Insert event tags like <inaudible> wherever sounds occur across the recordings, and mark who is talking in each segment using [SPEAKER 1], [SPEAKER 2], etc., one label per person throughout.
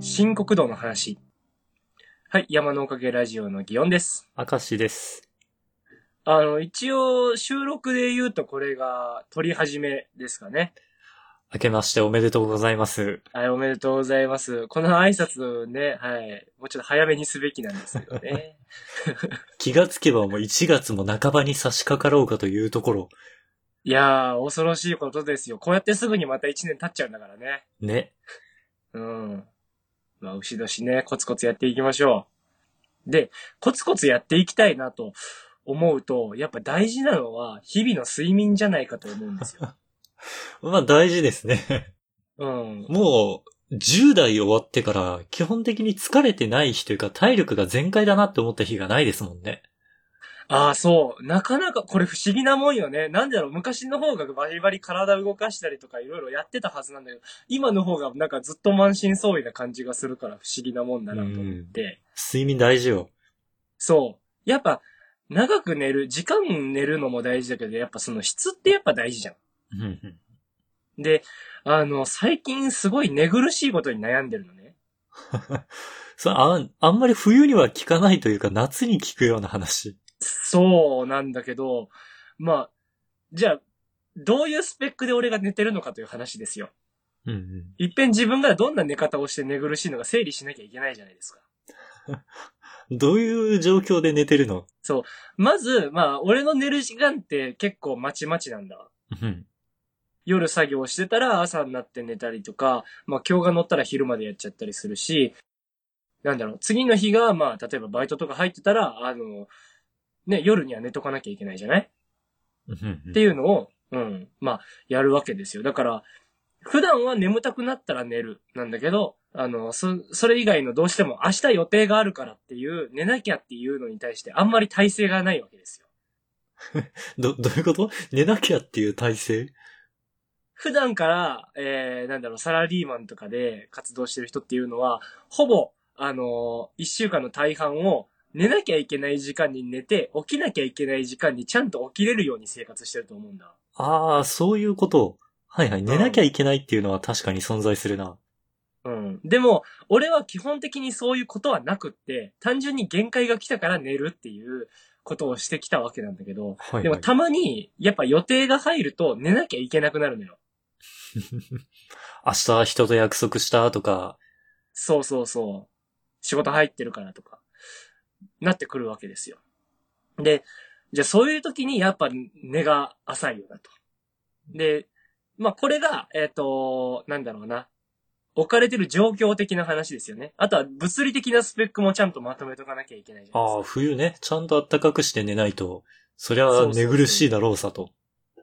[SPEAKER 1] 深刻度の話。はい、山のおかげラジオの祇園です。
[SPEAKER 2] 明石です。
[SPEAKER 1] あの、一応、収録で言うとこれが、撮り始めですかね。
[SPEAKER 2] 明けましておめでとうございます。
[SPEAKER 1] はい、おめでとうございます。この挨拶ね、はい、もうちょっと早めにすべきなんですけどね。 <laughs>
[SPEAKER 2] 気がつけばもう1月も半ばに差し掛かろうかというところ。
[SPEAKER 1] いやー、恐ろしいことですよ。こうやってすぐにまた一年経っちゃうんだからね。
[SPEAKER 2] ね。
[SPEAKER 1] うん。まあ、牛年ね、コツコツやっていきましょう。で、コツコツやっていきたいなと思うと、やっぱ大事なのは、日々の睡眠じゃないかと思うんですよ。
[SPEAKER 2] まあ大事ですね。 <laughs>
[SPEAKER 1] うん。
[SPEAKER 2] もう、10代終わってから、基本的に疲れてない日というか、体力が全開だなって思った日がないですもんね。
[SPEAKER 1] ああ、そう。なかなか、これ不思議なもんよね。なんでだろう、昔の方がバリバリ体動かしたりとかいろいろやってたはずなんだけど、今の方がなんかずっと満身創痍な感じがするから不思議なもんだなと思って。
[SPEAKER 2] 睡眠大事よ。
[SPEAKER 1] そう。やっぱ、長く寝る、時間寝るのも大事だけど、やっぱその質ってやっぱ大事じゃん。
[SPEAKER 2] うんうん
[SPEAKER 1] で、あの、最近すごい寝苦しいことに悩んでるのね。
[SPEAKER 2] それあ、あんまり冬には効かないというか、夏に効くような話。
[SPEAKER 1] そうなんだけど、まあ、じゃあ、どういうスペックで俺が寝てるのかという話ですよ。
[SPEAKER 2] うんうん、
[SPEAKER 1] いっぺん自分がどんな寝方をして寝苦しいのか整理しなきゃいけないじゃないですか。
[SPEAKER 2] どういう状況で寝てるの
[SPEAKER 1] まず、まあ、俺の寝る時間って結構まちまちなんだわ。
[SPEAKER 2] うん
[SPEAKER 1] 夜作業してたら朝になって寝たりとか、まあ今日が乗ったら昼までやっちゃったりするし、なんだろう、次の日が、まあ例えばバイトとか入ってたら、あの、ね、夜には寝とかなきゃいけないじゃない
[SPEAKER 2] うんう
[SPEAKER 1] っ
[SPEAKER 2] ん
[SPEAKER 1] ていうのを、うん、まあやるわけですよ。だから、普段は眠たくなったら寝る、なんだけど、あの、そ、それ以外のどうしても明日予定があるからっていう、寝なきゃっていうのに対してあんまり耐性がないわけですよ。
[SPEAKER 2] ど、どういうこと寝なきゃっていう体制
[SPEAKER 1] 普段から、えー、なんだろう、サラリーマンとかで活動してる人っていうのは、ほぼ、あのー一週間の大半を、寝なきゃいけない時間に寝て、起きなきゃいけない時間にちゃんと起きれるように生活してると思うんだ。
[SPEAKER 2] ああ、そういうこと。はいはい。寝なきゃいけないっていうのは確かに存在するな。
[SPEAKER 1] うん。でも、俺は基本的にそういうことはなくって、単純に限界が来たから寝るっていうことをしてきたわけなんだけど、
[SPEAKER 2] はい、はい。
[SPEAKER 1] でもたまに、やっぱ予定が入ると寝なきゃいけなくなるのよ。
[SPEAKER 2] 明日人と約束したとか。
[SPEAKER 1] そうそうそう。仕事入ってるからとか、なってくるわけですよ。で、じゃあそういう時にやっぱ根が浅いよなと。で、まあこれが、えっ、と、なんだろうな。置かれてる状況的な話ですよね。あとは物理的なスペックもちゃんとまとめとかなきゃいけないじゃないですか
[SPEAKER 2] ああ、。冬ね。ちゃんと暖かくして寝ないと、そりゃ
[SPEAKER 1] そうそうそう
[SPEAKER 2] 寝苦しいだろうさと。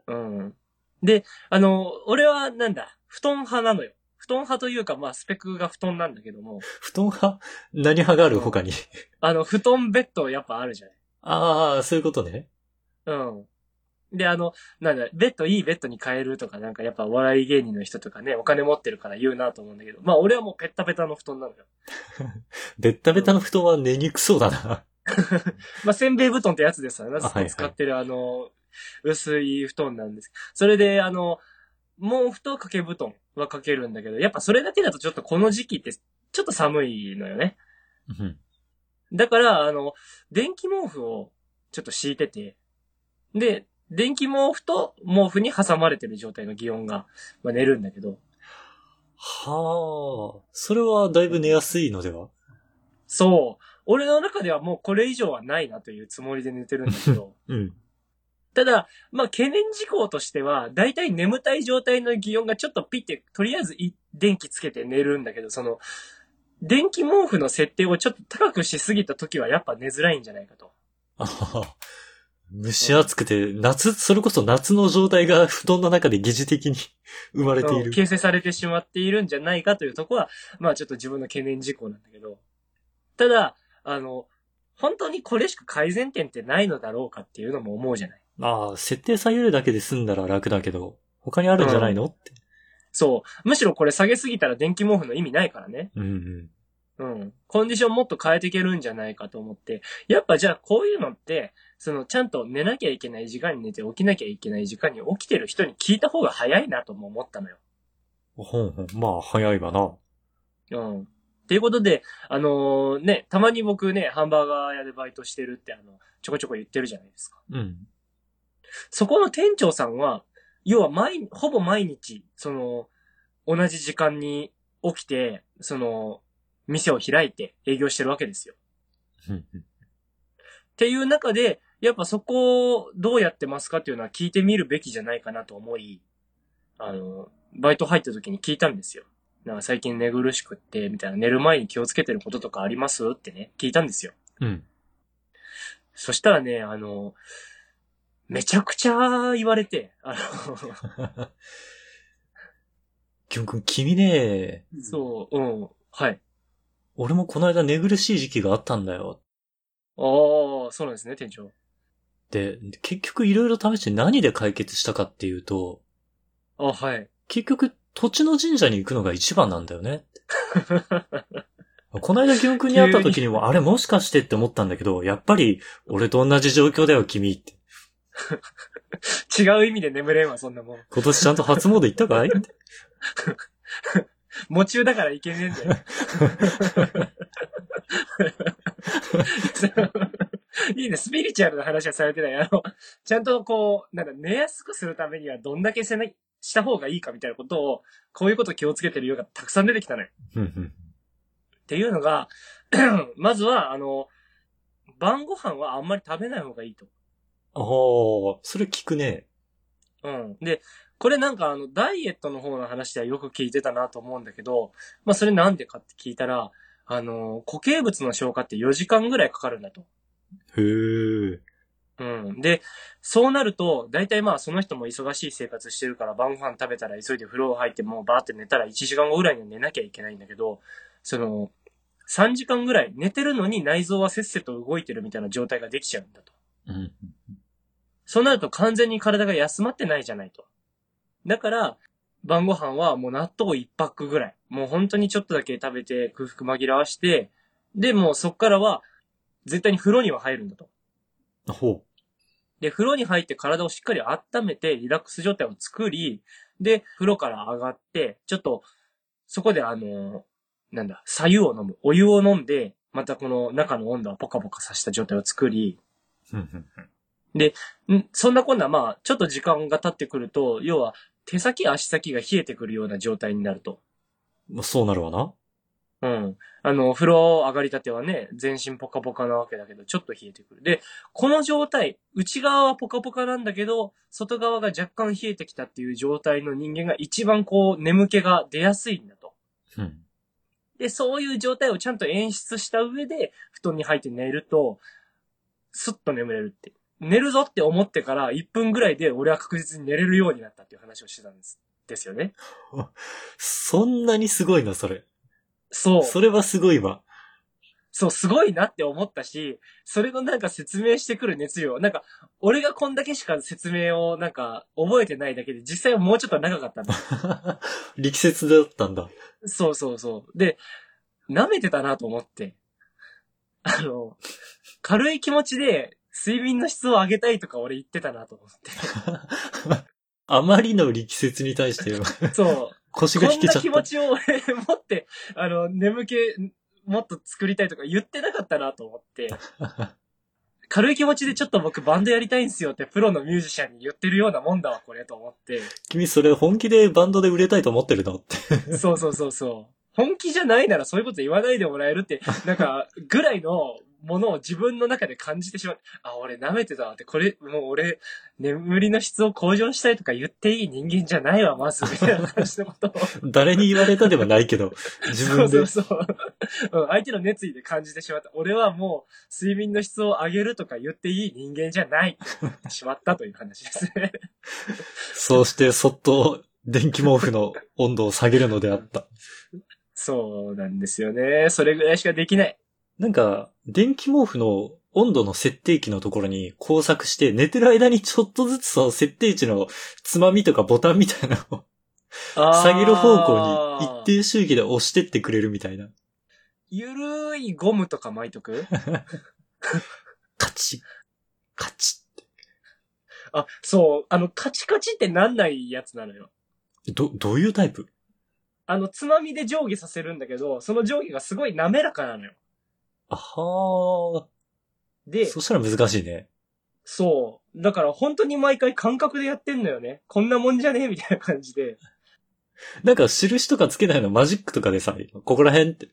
[SPEAKER 1] うん。で、あの、俺はなんだ、布団派なのよ。布団派というか、まあスペックが布団なんだけども、
[SPEAKER 2] 布団派 <laughs> 何派がある他に。
[SPEAKER 1] あの、布団ベッドやっぱあるじゃない
[SPEAKER 2] ああ、そういうことね。
[SPEAKER 1] うん。で、あの、なんだ、ベッドいいベッドに変えるとか、なんかやっぱお笑い芸人の人とかね、お金持ってるから言うなと思うんだけど、まあ俺はもうペッタペタの布団なのよ。
[SPEAKER 2] ベッタベタの布団は寝にくそうだな。
[SPEAKER 1] まあせんべい布団ってやつですよね。
[SPEAKER 2] あはいはい
[SPEAKER 1] 使ってるあの、薄い布団なんです。それで、あの、毛布と掛け布団は掛けるんだけど、やっぱそれだけだとちょっとこの時期ってちょっと寒いのよね。
[SPEAKER 2] うん
[SPEAKER 1] だから、あの、電気毛布をちょっと敷いてて、で、電気毛布と毛布に挟まれてる状態の擬音が、まあ、寝るんだけど、
[SPEAKER 2] はあ。それはだいぶ寝やすいのでは
[SPEAKER 1] そう。俺の中ではもうこれ以上はないなというつもりで寝てるんだけど、
[SPEAKER 2] うん。
[SPEAKER 1] ただ、まあ、懸念事項としては、だいたい眠たい状態の擬音がちょっとピッて、とりあえずい電気つけて寝るんだけど、その、電気毛布の設定をちょっと高くしすぎた時はやっぱ寝づらいんじゃないかと。
[SPEAKER 2] あはは蒸し暑くて、夏、それこそ夏の状態が布団の中で疑似的に生まれてい
[SPEAKER 1] うん
[SPEAKER 2] る。
[SPEAKER 1] 形成されてしまっているんじゃないかというとこは、まあちょっと自分の懸念事項なんだけど。ただ、あの、本当にこれしか改善点ってないのだろうかっていうのも思うじゃない。
[SPEAKER 2] ああ、設定下げるだけで済んだら楽だけど、他にあるんじゃないの、って。
[SPEAKER 1] そう。むしろこれ下げすぎたら電気毛布の意味ないからね。
[SPEAKER 2] うんうん。
[SPEAKER 1] うん。コンディションもっと変えていけるんじゃないかと思って。やっぱじゃあこういうのって、そのちゃんと寝なきゃいけない時間に寝て起きなきゃいけない時間に起きてる人に聞いた方が早いなとも思ったのよ。
[SPEAKER 2] ほんほん。まあ、早いわな。
[SPEAKER 1] うん。っていうことで、あのーね、たまに僕ね、ハンバーガー屋でバイトしてるって、あの、ちょこちょこ言ってるじゃないですか。
[SPEAKER 2] うん。
[SPEAKER 1] そこの店長さんは、要は毎、ほぼ毎日、その、同じ時間に起きて、その、店を開いて営業してるわけですよ。
[SPEAKER 2] うん
[SPEAKER 1] っていう中で、やっぱそこをどうやってますかっていうのは聞いてみるべきじゃないかなと思い、あの、バイト入った時に聞いたんですよ。なんか最近寝苦しくって、みたいな、寝る前に気をつけてることとかありますってね、聞いたんですよ。
[SPEAKER 2] うん。
[SPEAKER 1] そしたらね、あの、めちゃくちゃ言われて、あの、
[SPEAKER 2] キョン君、君ね、
[SPEAKER 1] そう、うん、はい。
[SPEAKER 2] 俺もこの間寝苦しい時期があったんだよ。
[SPEAKER 1] ああ、そうなんですね、店長。
[SPEAKER 2] で、結局いろいろ試して何で解決したかっていうと、
[SPEAKER 1] あはい。
[SPEAKER 2] 結局土地の神社に行くのが一番なんだよ <laughs> ね。この間、キョン君に会った時にも、あれもしかしてって思ったんだけど、やっぱり、俺と同じ状況だよ、君って。
[SPEAKER 1] 違う意味で眠れんわ、そんなもん。
[SPEAKER 2] 今年ちゃんと初詣行ったかいって <laughs>
[SPEAKER 1] 夢中だからいけねえんだよ。 <laughs> いいね、スピリチュアルな話はされてない。あの、ちゃんとこう、なんか寝やすくするためにはどんだけせなした方がいいかみたいなことを、こういうこと気をつけてるようがたくさん出てきたのよ。
[SPEAKER 2] うんうん
[SPEAKER 1] っていうのが、 <clears throat> まずは、あの、晩ご飯はあんまり食べない方がいいと。
[SPEAKER 2] ああ、それ聞くね。
[SPEAKER 1] うん。で、これなんかあの、ダイエットの方の話ではよく聞いてたなと思うんだけど、まあそれなんでかって聞いたら、あの、固形物の消化って4時間ぐらいかかるんだと。
[SPEAKER 2] へえ。
[SPEAKER 1] うん。で、そうなると、大体まあその人も忙しい生活してるから晩ご飯食べたら急いで風呂入ってもうバーって寝たら1時間後ぐらいには寝なきゃいけないんだけど、その、3時間ぐらい寝てるのに内臓はせっせと動いてるみたいな状態ができちゃうんだと。
[SPEAKER 2] うん。
[SPEAKER 1] そうなると完全に体が休まってないじゃないと。だから、晩ご飯はもう納豆一パックぐらい。もう本当にちょっとだけ食べて空腹紛らわして、で、もうそっからは絶対に風呂には入るんだと。
[SPEAKER 2] ほ
[SPEAKER 1] で、風呂に入って体をしっかり温めてリラックス状態を作り、で、風呂から上がって、ちょっと、そこであの、なんだ、左右を飲む。お湯を飲んで、またこの中の温度をポカポカさせた状態を作り、
[SPEAKER 2] う。うんうん
[SPEAKER 1] んそんなこんな、まあ、ちょっと時間が経ってくると、要は、手先、足先が冷えてくるような状態になると。
[SPEAKER 2] まあそうなるわな。
[SPEAKER 1] うん。あの、風呂上がりたてはね、全身ポカポカなわけだけど、ちょっと冷えてくる。で、この状態、内側はポカポカなんだけど、外側が若干冷えてきたっていう状態の人間が一番こう、眠気が出やすいんだと。
[SPEAKER 2] うん。
[SPEAKER 1] で、そういう状態をちゃんと演出した上で、布団に入って寝ると、スッと眠れるって。寝るぞって思ってから1分ぐらいで俺は確実に寝れるようになったっていう話をしてたんです。ですよね。
[SPEAKER 2] そんなにすごいな、それ。
[SPEAKER 1] そう。
[SPEAKER 2] それはすごい <laughs> わ。
[SPEAKER 1] そう、すごいなって思ったし、それのなんか説明してくる熱量。なんか、俺がこんだけしか説明をなんか覚えてないだけで、実際はもうちょっと長かったんだ。
[SPEAKER 2] 力説だったんだ。
[SPEAKER 1] そうそうそう。で、舐めてたなと思って。あの、軽い気持ちで睡眠の質を上げたいとか俺言ってたなと思っ
[SPEAKER 2] あまりの力説に対して
[SPEAKER 1] て。そう。
[SPEAKER 2] <laughs> 腰
[SPEAKER 1] こ
[SPEAKER 2] が引
[SPEAKER 1] ん
[SPEAKER 2] け
[SPEAKER 1] な
[SPEAKER 2] ちゃ
[SPEAKER 1] 気
[SPEAKER 2] っ
[SPEAKER 1] 持
[SPEAKER 2] た。
[SPEAKER 1] ちを俺持って、あの、眠気もっと作りたいとか言ってなかったなと思
[SPEAKER 2] <laughs>
[SPEAKER 1] って、軽い気持ちでちょっと僕バンドやりたいんすよってプロのミュージシャンに言ってるようなもんだわ、これと思って。
[SPEAKER 2] 君それ本気でバンドで売れたいと思ってるのっ
[SPEAKER 1] <laughs>
[SPEAKER 2] て。
[SPEAKER 1] そうそうそうそう。本気じゃないならそういうこと言わないでもらえる
[SPEAKER 2] <laughs>
[SPEAKER 1] って、なんか、ぐらいのものを自分の中で感じてしまう。あ、俺舐めてたわって、これ、もう俺、眠りの質を向上したいとか言っていい人間じゃないわ、ま
[SPEAKER 2] <laughs>
[SPEAKER 1] ず、みたいな話のことを。
[SPEAKER 2] 誰に言われたではないけど、自分で。
[SPEAKER 1] そうそうそう。うん、相手の熱意で感じてしまった。俺はもう、睡眠の質を上げるとか言っていい人間じゃないって思ってしまったという話です
[SPEAKER 2] <laughs>
[SPEAKER 1] ね。
[SPEAKER 2] そうしてそっと電気毛布の温度を下げるのであった。
[SPEAKER 1] そうなんですよね。それぐらいしかできない。
[SPEAKER 2] なんか、電気毛布の温度の設定器のところに工作して、寝てる間にちょっとずつその設定値のつまみとかボタンみたいなの <laughs> を下げる方向に一
[SPEAKER 1] って。
[SPEAKER 2] 定周期で押してってくれるみたいな。
[SPEAKER 1] ゆるいゴムとか巻いとく <laughs>
[SPEAKER 2] カチッ、カチ
[SPEAKER 1] あ、そう。あの、カチカチってなんないやつなのよ。
[SPEAKER 2] ッ。ど、どういうタイプ
[SPEAKER 1] あの、つまみで上下させるんだけど、その上下がすごい滑らかなのよ。
[SPEAKER 2] あはー。
[SPEAKER 1] で、
[SPEAKER 2] そしたら難しいね。
[SPEAKER 1] そう。だから本当に毎回感覚でやってんのよね。こんなもんじゃねえみたいな感じで。
[SPEAKER 2] なんか印とかつけないのマジックとかでさ、ここら辺って。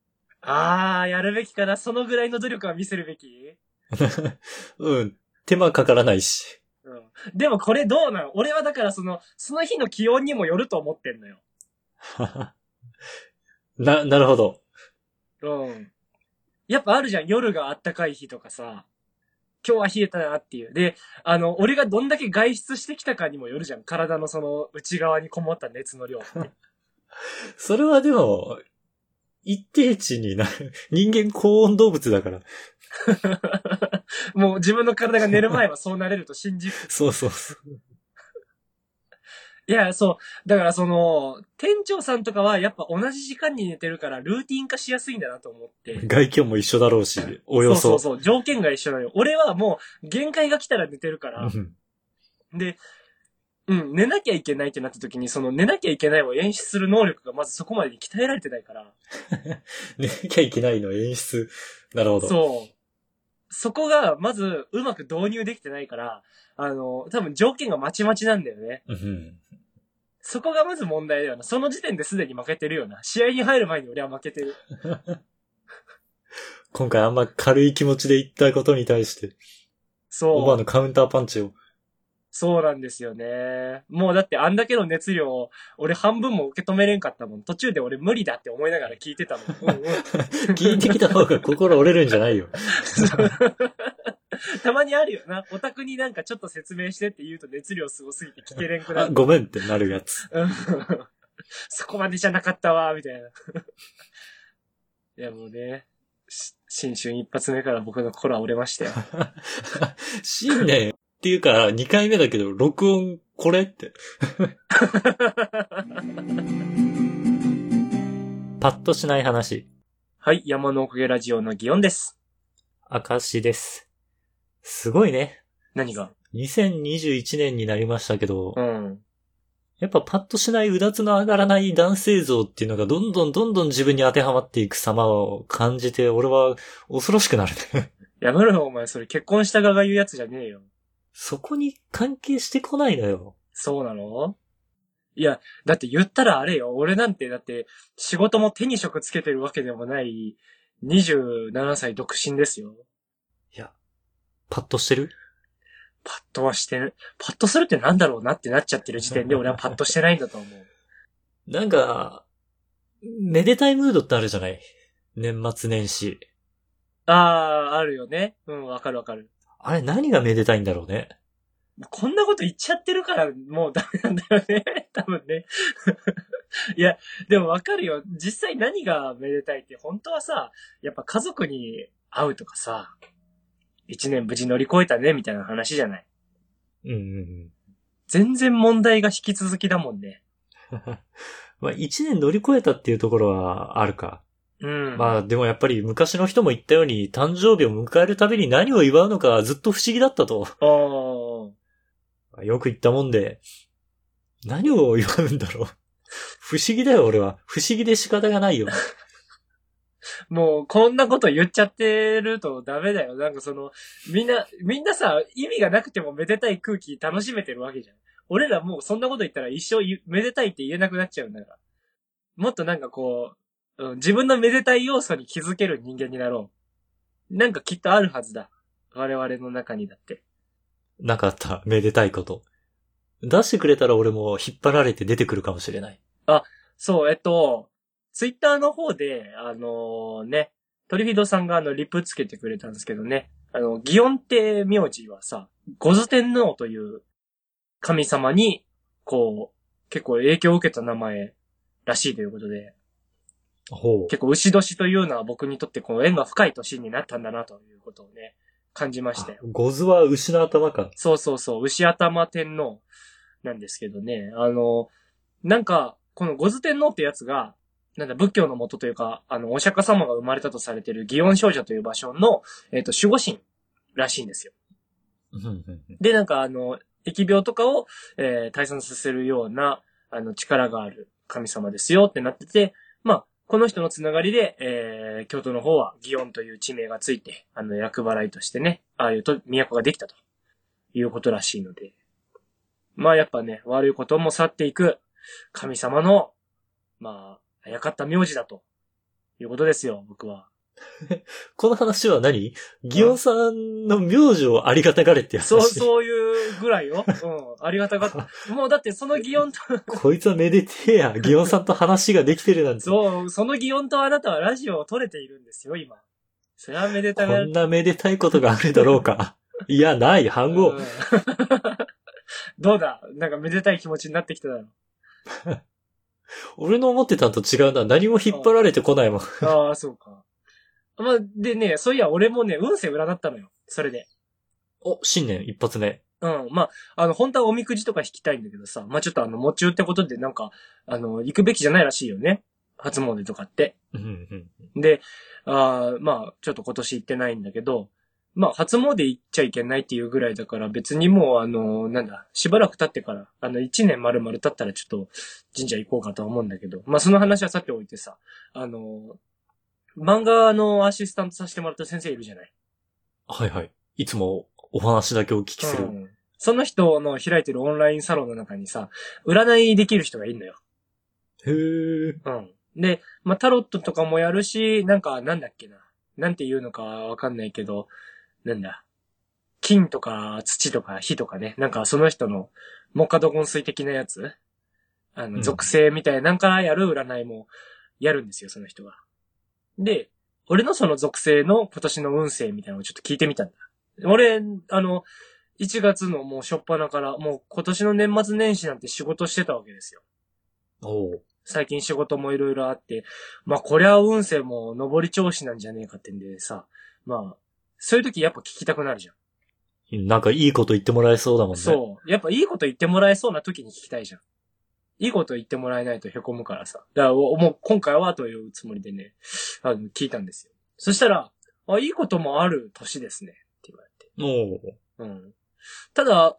[SPEAKER 2] <laughs>
[SPEAKER 1] あー、やるべきかな。そのぐらいの努力は見せるべき。
[SPEAKER 2] うん。手間かからないし。 <laughs>
[SPEAKER 1] うん。でもこれどうなの俺はだからその、その日の気温にもよると思ってんのよ。
[SPEAKER 2] な、なるほど。
[SPEAKER 1] うん。やっぱあるじゃん。夜が暖かい日とかさ。今日は冷えたなっていう。で、あの、俺がどんだけ外出してきたかにもよるじゃん。体のその内側にこもった熱の量って。 <laughs>
[SPEAKER 2] それはでも、一定値になる。 <laughs> 人間高温動物だから。
[SPEAKER 1] もう自分の体が寝る前はそうなれると信じる。
[SPEAKER 2] そうそうそう。
[SPEAKER 1] いや、そう。だからその、店長さんとかはやっぱ同じ時間に寝てるからルーティン化しやすいんだなと思って。
[SPEAKER 2] 外気温も一緒だろうし、 <laughs> およ
[SPEAKER 1] そ。
[SPEAKER 2] そう
[SPEAKER 1] そうそう。条件が一緒なのよ。俺はもう限界が来たら寝てるから。
[SPEAKER 2] うん
[SPEAKER 1] で、うん、寝なきゃいけないってなった時に、その寝なきゃいけないを演出する能力がまずそこまでに鍛えられてないから。
[SPEAKER 2] 寝なきゃいけないの演出。なるほど。
[SPEAKER 1] そう。そこがまずうまく導入できてないから、あの、多分条件がまちまちなんだよね。
[SPEAKER 2] うん
[SPEAKER 1] そこがまず問題だよな。その時点ですでに負けてるよな。試合に入る前に俺は負けてる。
[SPEAKER 2] 今回あんま軽い気持ちで言ったことに対して、思わ
[SPEAKER 1] そう。
[SPEAKER 2] ぬカウンターパンチを。
[SPEAKER 1] そうなんですよね。もうだってあんだけの熱量を、俺半分も受け止めれんかったもん。途中で俺無理だって思いながら聞いてたもん。うんうん
[SPEAKER 2] 聞いてきた方が心折れるんじゃないよ。
[SPEAKER 1] たまにあるよな。オタクになんかちょっと説明してって言うと熱量すごすぎて聞けれんくな
[SPEAKER 2] あ、
[SPEAKER 1] る。
[SPEAKER 2] ごめんってなるやつ。
[SPEAKER 1] うん <laughs> そこまでじゃなかったわ、みたいな。い <laughs> やもうね、し新春一発目から僕の心は折れました <laughs> よ。
[SPEAKER 2] 新年っていうか、2回目だけど、録音こ
[SPEAKER 1] <laughs>
[SPEAKER 2] れって。パッとしない話、
[SPEAKER 1] はい、山のおかげラジオの祇園です。
[SPEAKER 2] 証です。すごいね。
[SPEAKER 1] 何が
[SPEAKER 2] 2021年になりましたけど、
[SPEAKER 1] うん。
[SPEAKER 2] やっぱパッとしないうだつの上がらない男性像っていうのがどんどんどんどん自分に当てはまっていく様を感じて、俺は恐ろしくなる <laughs> ね。
[SPEAKER 1] やめろよ、お前。それ結婚した側が言うやつじゃねえよ。
[SPEAKER 2] そこに関係してこないのよ。
[SPEAKER 1] そうなのいや、だって言ったらあれよ。俺なんて、だって、仕事も手に職つけてるわけでもない、27歳独身ですよ。
[SPEAKER 2] いや、パッとしてる
[SPEAKER 1] パッとはしてる。パッとするってなんだろうなってなっちゃってる時点で俺はパッとしてないんだと思う。
[SPEAKER 2] なんか、めでたいムードってあるじゃない年末年始。
[SPEAKER 1] あー、あるよね。うん、わかるわかる。
[SPEAKER 2] あれ何がめでたいんだろうね。
[SPEAKER 1] こんなこと言っちゃってるから、もうダメなんだよね。 <laughs> 多分ね。いや、でもわかるよ。実際何がめでたいって、本当はさ、やっぱ家族に会うとかさ、一年無事乗り越えたね、みたいな話じゃない。
[SPEAKER 2] うんうん
[SPEAKER 1] 全然問題が引き続きだもんね。
[SPEAKER 2] うん。 <laughs> まあ一年乗り越えたっていうところはあるか。
[SPEAKER 1] うん。
[SPEAKER 2] まあでもやっぱり昔の人も言ったように誕生日を迎えるたびに何を祝うのかずっと不思議だったと。
[SPEAKER 1] あー。
[SPEAKER 2] よく言ったもんで、何を祝うんだろう。不思議だよ俺は。不思議で仕方がないよ。
[SPEAKER 1] もう、こんなこと言っちゃってるとダメだよ。なんかその、みんな、みんなさ、意味がなくてもめでたい空気楽しめてるわけじゃん。俺らもうそんなこと言ったら一生言うめでたいって言えなくなっちゃうんだから。もっとなんかこう、うん、自分のめでたい要素に気づける人間になろう。なんかきっとあるはずだ。我々の中にだって。
[SPEAKER 2] なかった。めでたいこと。出してくれたら俺も引っ張られて出てくるかもしれない。
[SPEAKER 1] そう、えっと、ツイッターの方で、あのね、トリフィドさんがあの、リプつけてくれたんですけどね、あの、祇園って名字はさ、五頭天皇という神様に、こう、結構影響を受けた名前らしいということで、
[SPEAKER 2] ほ
[SPEAKER 1] 結構牛年というのは僕にとってこの縁が深い年になったんだなということをね、感じましたよ。
[SPEAKER 2] ゴズは牛の頭か。
[SPEAKER 1] そうそうそう、牛頭天皇なんですけどね。あの、なんか、この五頭天皇ってやつが、なんだ、仏教の元というか、あの、お釈迦様が生まれたとされている祇園少女という場所の、えっ、と、守護神らしいんですよ。で、なんかあの、疫病とかを、えー退散させるような、あの、力がある神様ですよってなってて、まあ、この人のつながりで、えー、京都の方は、祇園という地名がついて、あの、役払いとしてね、ああいうと、都ができたと、いうことらしいので。まあ、やっぱね、悪いことも去っていく、神様の、まあ、あやかった名字だと、いうことですよ、僕は。
[SPEAKER 2] この話は何祇園さんの名字をありがたがれって話。
[SPEAKER 1] そう、そういうぐらいよ。うん。ありがたかった。もうだってその祇園と、
[SPEAKER 2] こいつはめでてえや。祇園さんと話ができてるなんて。こ
[SPEAKER 1] そう、その祇園とあなたはラジオを撮れているんですよ、今。それはめでたが
[SPEAKER 2] んなめでたいことがあるだろ
[SPEAKER 1] <laughs>
[SPEAKER 2] うか。いや、ない。反
[SPEAKER 1] う
[SPEAKER 2] 語
[SPEAKER 1] ん。 <laughs> どうだなんかめでたい気持ちになってきただろ。
[SPEAKER 2] 俺の思ってたんと違うな。何も引っ張られてこないもん。
[SPEAKER 1] ああ、そうか。まあ、でね、そういや、俺もね、運勢占ったのよ。それで。
[SPEAKER 2] お、新年一発目。
[SPEAKER 1] うん。まあ、あの、本当はおみくじとか引きたいんだけどさ、まあちょっとあの、持ち運ってことでなんか、あの、行くべきじゃないらしいよね。初詣とかって。
[SPEAKER 2] うんうん。
[SPEAKER 1] で、あーまあ、ちょっと今年行ってないんだけど、まあ、初詣行っちゃいけないっていうぐらいだから、別にもう、あの、なんだ、しばらく経ってから、あの、一年丸々経ったらちょっと神社行こうかとは思うんだけど、まあ、その話はさておいてさ、あの、漫画のアシスタントさせてもらった先生いるじゃない。
[SPEAKER 2] はいはい。いつもお話だけお聞きする。
[SPEAKER 1] うんその人の開いてるオンラインサロンの中にさ、占いできる人がいるのよ。
[SPEAKER 2] へえ。
[SPEAKER 1] うん。で、まあ、タロットとかもやるし、なんか、なんだっけな。なんて言うのかわかんないけど、なんだ。金とか土とか火とかね。なんかその人の、モカドゴン水的なやつあ
[SPEAKER 2] う
[SPEAKER 1] の、
[SPEAKER 2] ん
[SPEAKER 1] 属性みたいなんからやる占いもやるんですよ、その人が。で、俺のその属性の今年の運勢みたいなのをちょっと聞いてみたんだ。俺、あの、1月のもう初っ端から、もう今年の年末年始なんて仕事してたわけですよ。
[SPEAKER 2] おう
[SPEAKER 1] 最近仕事もいろいろあって、まあこりゃ運勢も上り調子なんじゃねえかってんでさ、まあ、そういう時やっぱ聞きたくなるじゃん。
[SPEAKER 2] なんかいいこと言ってもらえそうだもんね。
[SPEAKER 1] そう。やっぱいいこと言ってもらえそうな時に聞きたいじゃん。いいこと言ってもらえないと凹むからさ。だからおもう今回はというつもりでね、あの聞いたんですよ。そしたら、あ、いいこともある年ですね。って言われて。
[SPEAKER 2] う。おう
[SPEAKER 1] うん。ただ、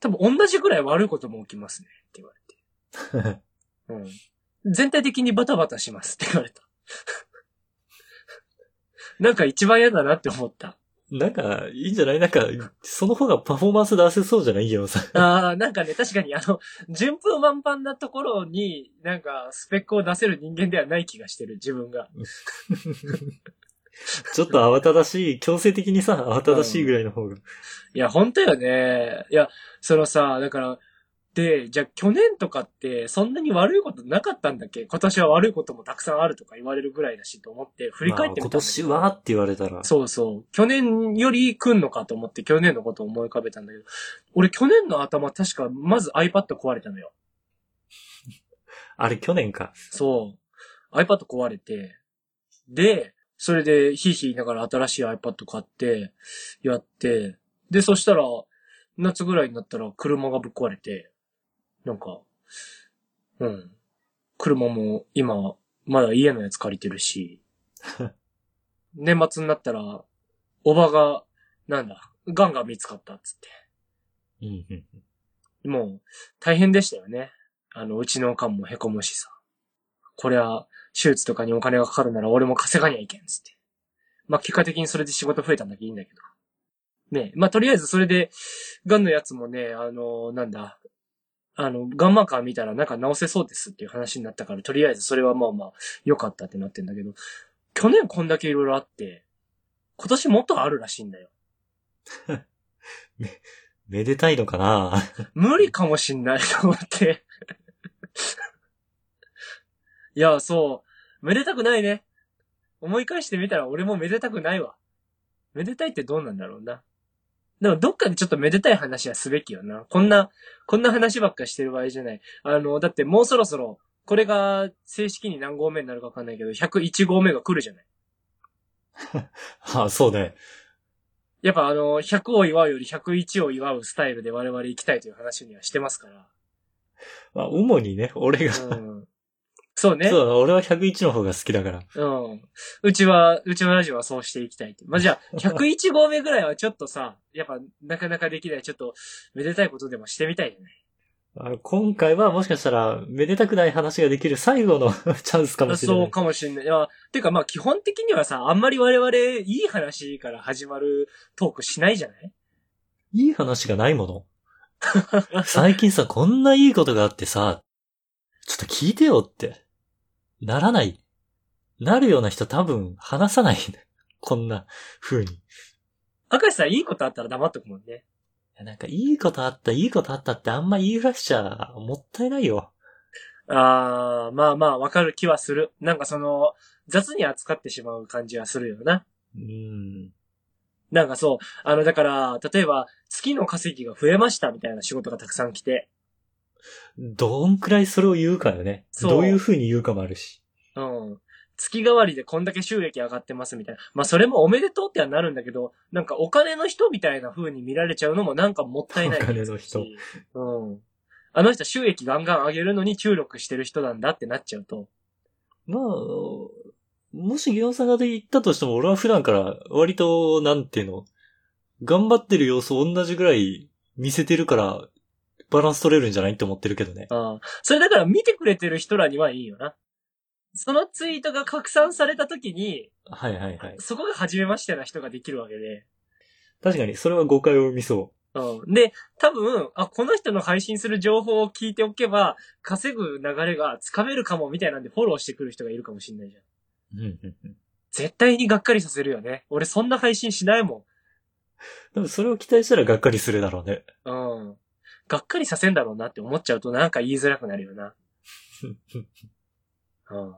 [SPEAKER 1] 多分同じぐらい悪いことも起きますね。って言われて。うん。全体的にバタバタしますって言われた。 <laughs> なんか一番嫌だなって思った。
[SPEAKER 2] <laughs> なんか、いいんじゃないなんか、その方がパフォーマンス出せそうじゃない <laughs> よ、さん。
[SPEAKER 1] ああ、なんかね、確かにあの、順風満帆なところに、なんか、スペックを出せる人間ではない気がしてる、自分が。
[SPEAKER 2] ちょっと慌ただしい、強制的にさ、慌ただしいぐらいの方が。
[SPEAKER 1] いや、本当よね。いや、そのさ、だから、で、じゃあ去年とかって、そんなに悪いことなかったんだっけ今年は悪いこともたくさんあるとか言われるぐらいだしと思って、振り返ってみたんだ
[SPEAKER 2] まあ
[SPEAKER 1] けど
[SPEAKER 2] 今年はって言われたら。
[SPEAKER 1] そうそう。去年より来んのかと思って去年のことを思い浮かべたんだけど、俺去年の頭確かまず iPad 壊れたのよ。
[SPEAKER 2] あれ、去年か。
[SPEAKER 1] そう。iPad 壊れて、で、それでヒーヒー言いながら新しい iPad 買って、やって、で、そしたら、夏ぐらいになったら車がぶっ壊れて、なんか、うん。車も今、まだ家のやつ借りてるし、年末になったら、おばが、なんだ、ガンが見つかったっつって。
[SPEAKER 2] うんうん。
[SPEAKER 1] もう、大変でしたよね。あの、うちのおかんも凹むしさ。こりゃ、手術とかにお金がかかるなら俺も稼がにゃいけん、つって。まあ、結果的にそれで仕事増えたんだけどいいんだけど。ねえまあ、とりあえずそれで、ガンのやつもね、あの、なんだ、あの、ガンマーカー見たらなんか直せそうですっていう話になったから、とりあえずそれはまあまあ、良かったってなってんだけど、去年こんだけ色々あって、今年もっとあるらしいんだよ。
[SPEAKER 2] めでたいのかな
[SPEAKER 1] 無理かもしんないと思って。 <laughs> いや、そう。めでたくないね。思い返してみたら俺もめでたくないわ。めでたいってどうなんだろうな。でもどっかでちょっとめでたい話はすべきよな。こんな、こんな話ばっかしてる場合じゃない。あの、だってもうそろそろ、これが正式に何号目になるかわかんないけど、101号目が来るじゃない。
[SPEAKER 2] <laughs> あ、そうね。
[SPEAKER 1] やっぱあの、100を祝うより101を祝うスタイルで我々行きたいという話にはしてますから。
[SPEAKER 2] まあ、主にね、俺が。
[SPEAKER 1] うん。そうね。
[SPEAKER 2] そう、俺は101の方が好きだから。
[SPEAKER 1] うん。うちは、うちのラジオはそうしていきたいって。まあ、じゃあ、101号目ぐらいはちょっとさ、やっぱ、なかなかできない、ちょっと、めでたいことでもしてみたいじゃない。
[SPEAKER 2] あの今回はもしかしたら、めでたくない話ができる最後の <laughs> チャンスかもしれな
[SPEAKER 1] そう
[SPEAKER 2] い。
[SPEAKER 1] かもしれない。いや、てかまあ基本的にはさ、あんまり我々いい話から始まるトークしないじゃない
[SPEAKER 2] いい話がないもの。 <laughs> 最近さ、こんないいことがあってさ、ちょっと聞いてよって。ならない。なるような人多分話さない。 <laughs> こんな風に。い
[SPEAKER 1] 明石さんいいことあったら黙っとくもんね。
[SPEAKER 2] やなんかいいことあった、いいことあったってあんま言い出しちゃもったいないよ。
[SPEAKER 1] あー、まあまあわかる気はする。なんかその、雑に扱ってしまう感じはするよな。
[SPEAKER 2] うん。
[SPEAKER 1] なんかそう、あのだから、例えば月の稼ぎが増えましたみたいな仕事がたくさん来て、
[SPEAKER 2] どんくらいそれを言うかよね。
[SPEAKER 1] そう
[SPEAKER 2] どういう風に言うかもあるし。
[SPEAKER 1] うん。月替わりでこんだけ収益上がってますみたいな。まあそれもおめでとうってはなるんだけど、なんかお金の人みたいな風に見られちゃうのもなんかもったいない気がするし。
[SPEAKER 2] お金
[SPEAKER 1] うん。あの人収益ガンガン上げるのに注力してる人なんだってなっちゃうと。
[SPEAKER 2] まあ、もしギョンさんがで行ったとしても、俺は普段から割と、なんていうの、頑張ってる様子を同じぐらい見せてるから、バランス取れるんじゃないって思ってるけどね。
[SPEAKER 1] ああ。それだから見てくれてる人らにはいいよな。そのツイートが拡散された時に、
[SPEAKER 2] はいはいはい。
[SPEAKER 1] そこが初めましてな人ができるわけで。
[SPEAKER 2] 確かに、それは誤解を生みそ
[SPEAKER 1] うん。で、多分、あ、この人の配信する情報を聞いておけば、稼ぐ流れがつかめるかもみたいなんでフォローしてくる人がいるかもしんないじゃん。
[SPEAKER 2] う。うんうんうん。
[SPEAKER 1] 絶対にがっかりさせるよね。俺そんな配信しないも
[SPEAKER 2] でもそれを期待したらがっかりするだろうね。
[SPEAKER 1] ん。うん。がっかりさせんだろうなって思っちゃうとなんか言いづらくなるよな。うん。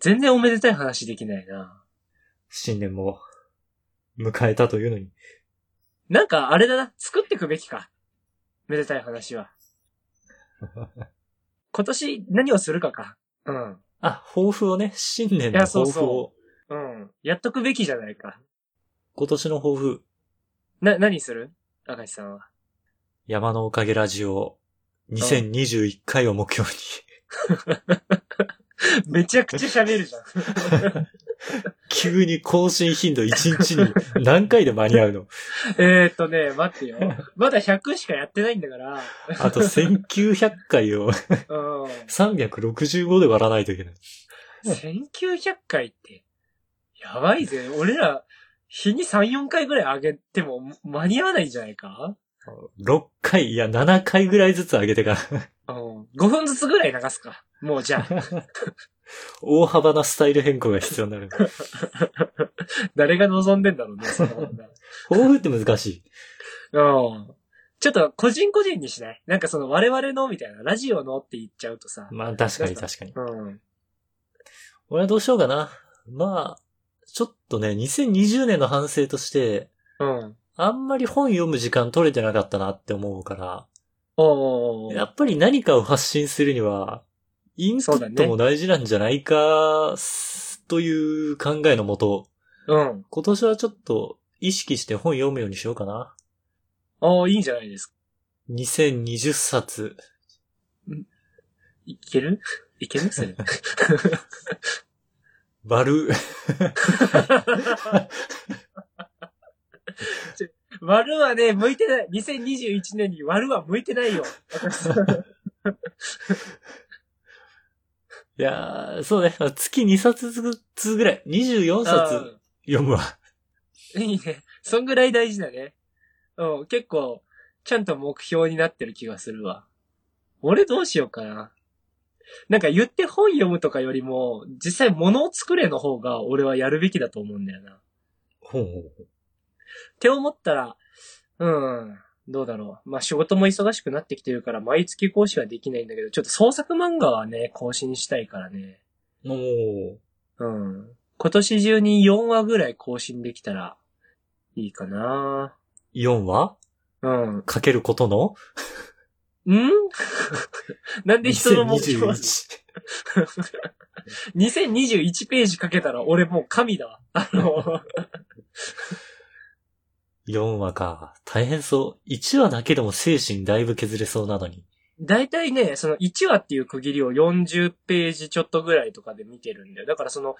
[SPEAKER 1] 全然おめでたい話できないな。
[SPEAKER 2] 新年も、迎えたというのに。
[SPEAKER 1] なんかあれだな、作ってくべきか。めでたい話は。今年何をするかか。うん。
[SPEAKER 2] あ、抱負をね、新年
[SPEAKER 1] い
[SPEAKER 2] の
[SPEAKER 1] やそ
[SPEAKER 2] 抱
[SPEAKER 1] う
[SPEAKER 2] 負
[SPEAKER 1] そう
[SPEAKER 2] を、
[SPEAKER 1] うん。やっとくべきじゃないか。
[SPEAKER 2] 今年の抱負、
[SPEAKER 1] な、何する赤石さ <laughs> んは。
[SPEAKER 2] 山のおかげラジオ、2021回を目標に。 <laughs>
[SPEAKER 1] めちゃくちゃ喋るじゃん。 <laughs>
[SPEAKER 2] 急に更新頻度1日に何回で間に合 <laughs> うの
[SPEAKER 1] えーっとね、待ってよ。まだ100しかやってないんだから。
[SPEAKER 2] あと1900回を
[SPEAKER 1] うん。
[SPEAKER 2] 365で割らないといけない。
[SPEAKER 1] 1900回って、やばいぜ。俺ら、日に3、4回ぐらい上げても間に合わないんじゃないか
[SPEAKER 2] 6回、いや7回ぐらいずつ上げてから、
[SPEAKER 1] うん。5分ずつぐらい流すか。もうじ <laughs> ゃあ、
[SPEAKER 2] 大幅なスタイル変更が必要になる。抱
[SPEAKER 1] 誰が望んでんだろうね、そんなもんな
[SPEAKER 2] 負って難しい。
[SPEAKER 1] うん。ちょっと個人個人にしないなんかその我々のみたいな、ラジオのって言っちゃうとさ。
[SPEAKER 2] まあ確かに確かに。
[SPEAKER 1] うん。
[SPEAKER 2] 俺はどうしようかな。まあ、ちょっとね、2020年の反省として、
[SPEAKER 1] うん。
[SPEAKER 2] あんまり本読む時間取れてなかったなって思うから、
[SPEAKER 1] おー
[SPEAKER 2] やっぱり何かを発信するには、インプ
[SPEAKER 1] そうだ
[SPEAKER 2] ット
[SPEAKER 1] ね
[SPEAKER 2] も大事なんじゃないか、すという考えのもと、
[SPEAKER 1] うん。
[SPEAKER 2] 今年はちょっと意識して本読むようにしようかな。
[SPEAKER 1] おーいいんじゃないですか。
[SPEAKER 2] 2020冊。
[SPEAKER 1] いける <laughs> いけるそれ。
[SPEAKER 2] 割る。
[SPEAKER 1] 割るはね、向いてない。2021年に割るは向いてないよ。私
[SPEAKER 2] <laughs> いやー、そうね。月2冊ずつぐらい。24冊読むわ。
[SPEAKER 1] うんいいね。そんぐらい大事だね。うん、結構、ちゃんと目標になってる気がするわ。俺どうしようかな。なんか言って本読むとかよりも、実際物を作れの方が俺はやるべきだと思うんだよな。っ
[SPEAKER 2] ほうほう
[SPEAKER 1] て思ったら、うん、どうだろう。まあ仕事も忙しくなってきてるから毎月更新はできないんだけど、ちょっと創作漫画はね、更新したいからね。
[SPEAKER 2] ほう。もう、
[SPEAKER 1] うん。今年中に4話ぐらい更新できたらいいかな。
[SPEAKER 2] 4話
[SPEAKER 1] うん。
[SPEAKER 2] かけることの
[SPEAKER 1] ん <laughs> なんで人の目標は
[SPEAKER 2] ?2021。
[SPEAKER 1] 2021ページかけたら俺もう神だわ。あの、
[SPEAKER 2] 4話か。大変そう。1話だけでも精神だいぶ削れそうなのに。
[SPEAKER 1] だいたいね、その1話っていう区切りを40ページちょっとぐらいとかで見てるんだよ。だからその、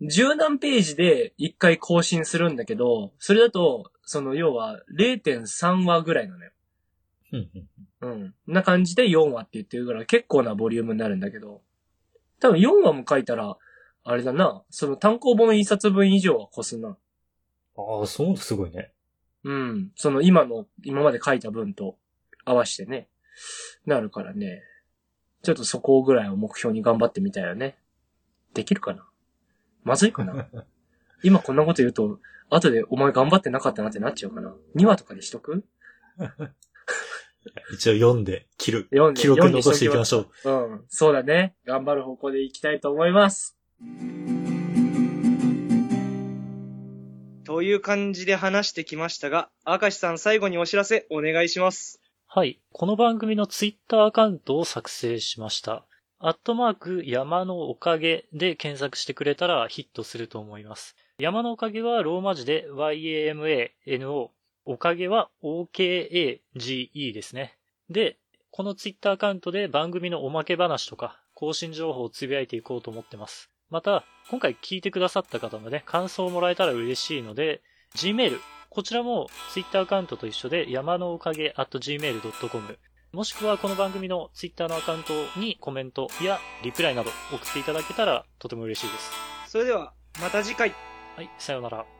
[SPEAKER 1] 十何ページで1回更新するんだけど、それだと、その要は0.3話ぐらいなのよ。
[SPEAKER 2] うんう
[SPEAKER 1] う
[SPEAKER 2] ん
[SPEAKER 1] ん。な感じで4話って言ってるから結構なボリュームになるんだけど、多分4話も書いたら、あれだな、その単行本の一冊分以上は越すな。
[SPEAKER 3] ああ、そうすごいね。
[SPEAKER 1] うん。その今の、今まで書いた分と合わせてね、なるからね。ちょっとそこぐらいを目標に頑張ってみたいよね。できるかなまずい
[SPEAKER 3] <laughs>
[SPEAKER 1] かな今こんなこと言うと、後でお前頑張ってなかったなってなっちゃうかな ?2 話とかにしとく
[SPEAKER 3] 一応読んで、切る。
[SPEAKER 1] 読んで
[SPEAKER 3] 記録残していきましょう。
[SPEAKER 1] うん。そうだね。頑張る方向でいきたいと思います。という感じで話してきましたが、明石さん最後にお知らせお願いします。
[SPEAKER 2] はい。この番組のツイッターアカウントを作成しました。アットマーク山のおかげで検索してくれたらヒットすると思います。山のおかげはローマ字で YAMANO。おかげは OKAGE ですね。で、このツイッターアカウントで番組のおまけ話とか更新情報をつぶやいていこうと思ってます。また、今回聞いてくださった方のね、感想をもらえたら嬉しいので、Gmail、こちらも Twitter アカウントと一緒で山のおかげ at gmail.com もしくはこの番組の Twitter のアカウントにコメントやリプライなど送っていただけたらとても嬉しいです。
[SPEAKER 4] それでは、また次回。
[SPEAKER 2] はい、さようなら。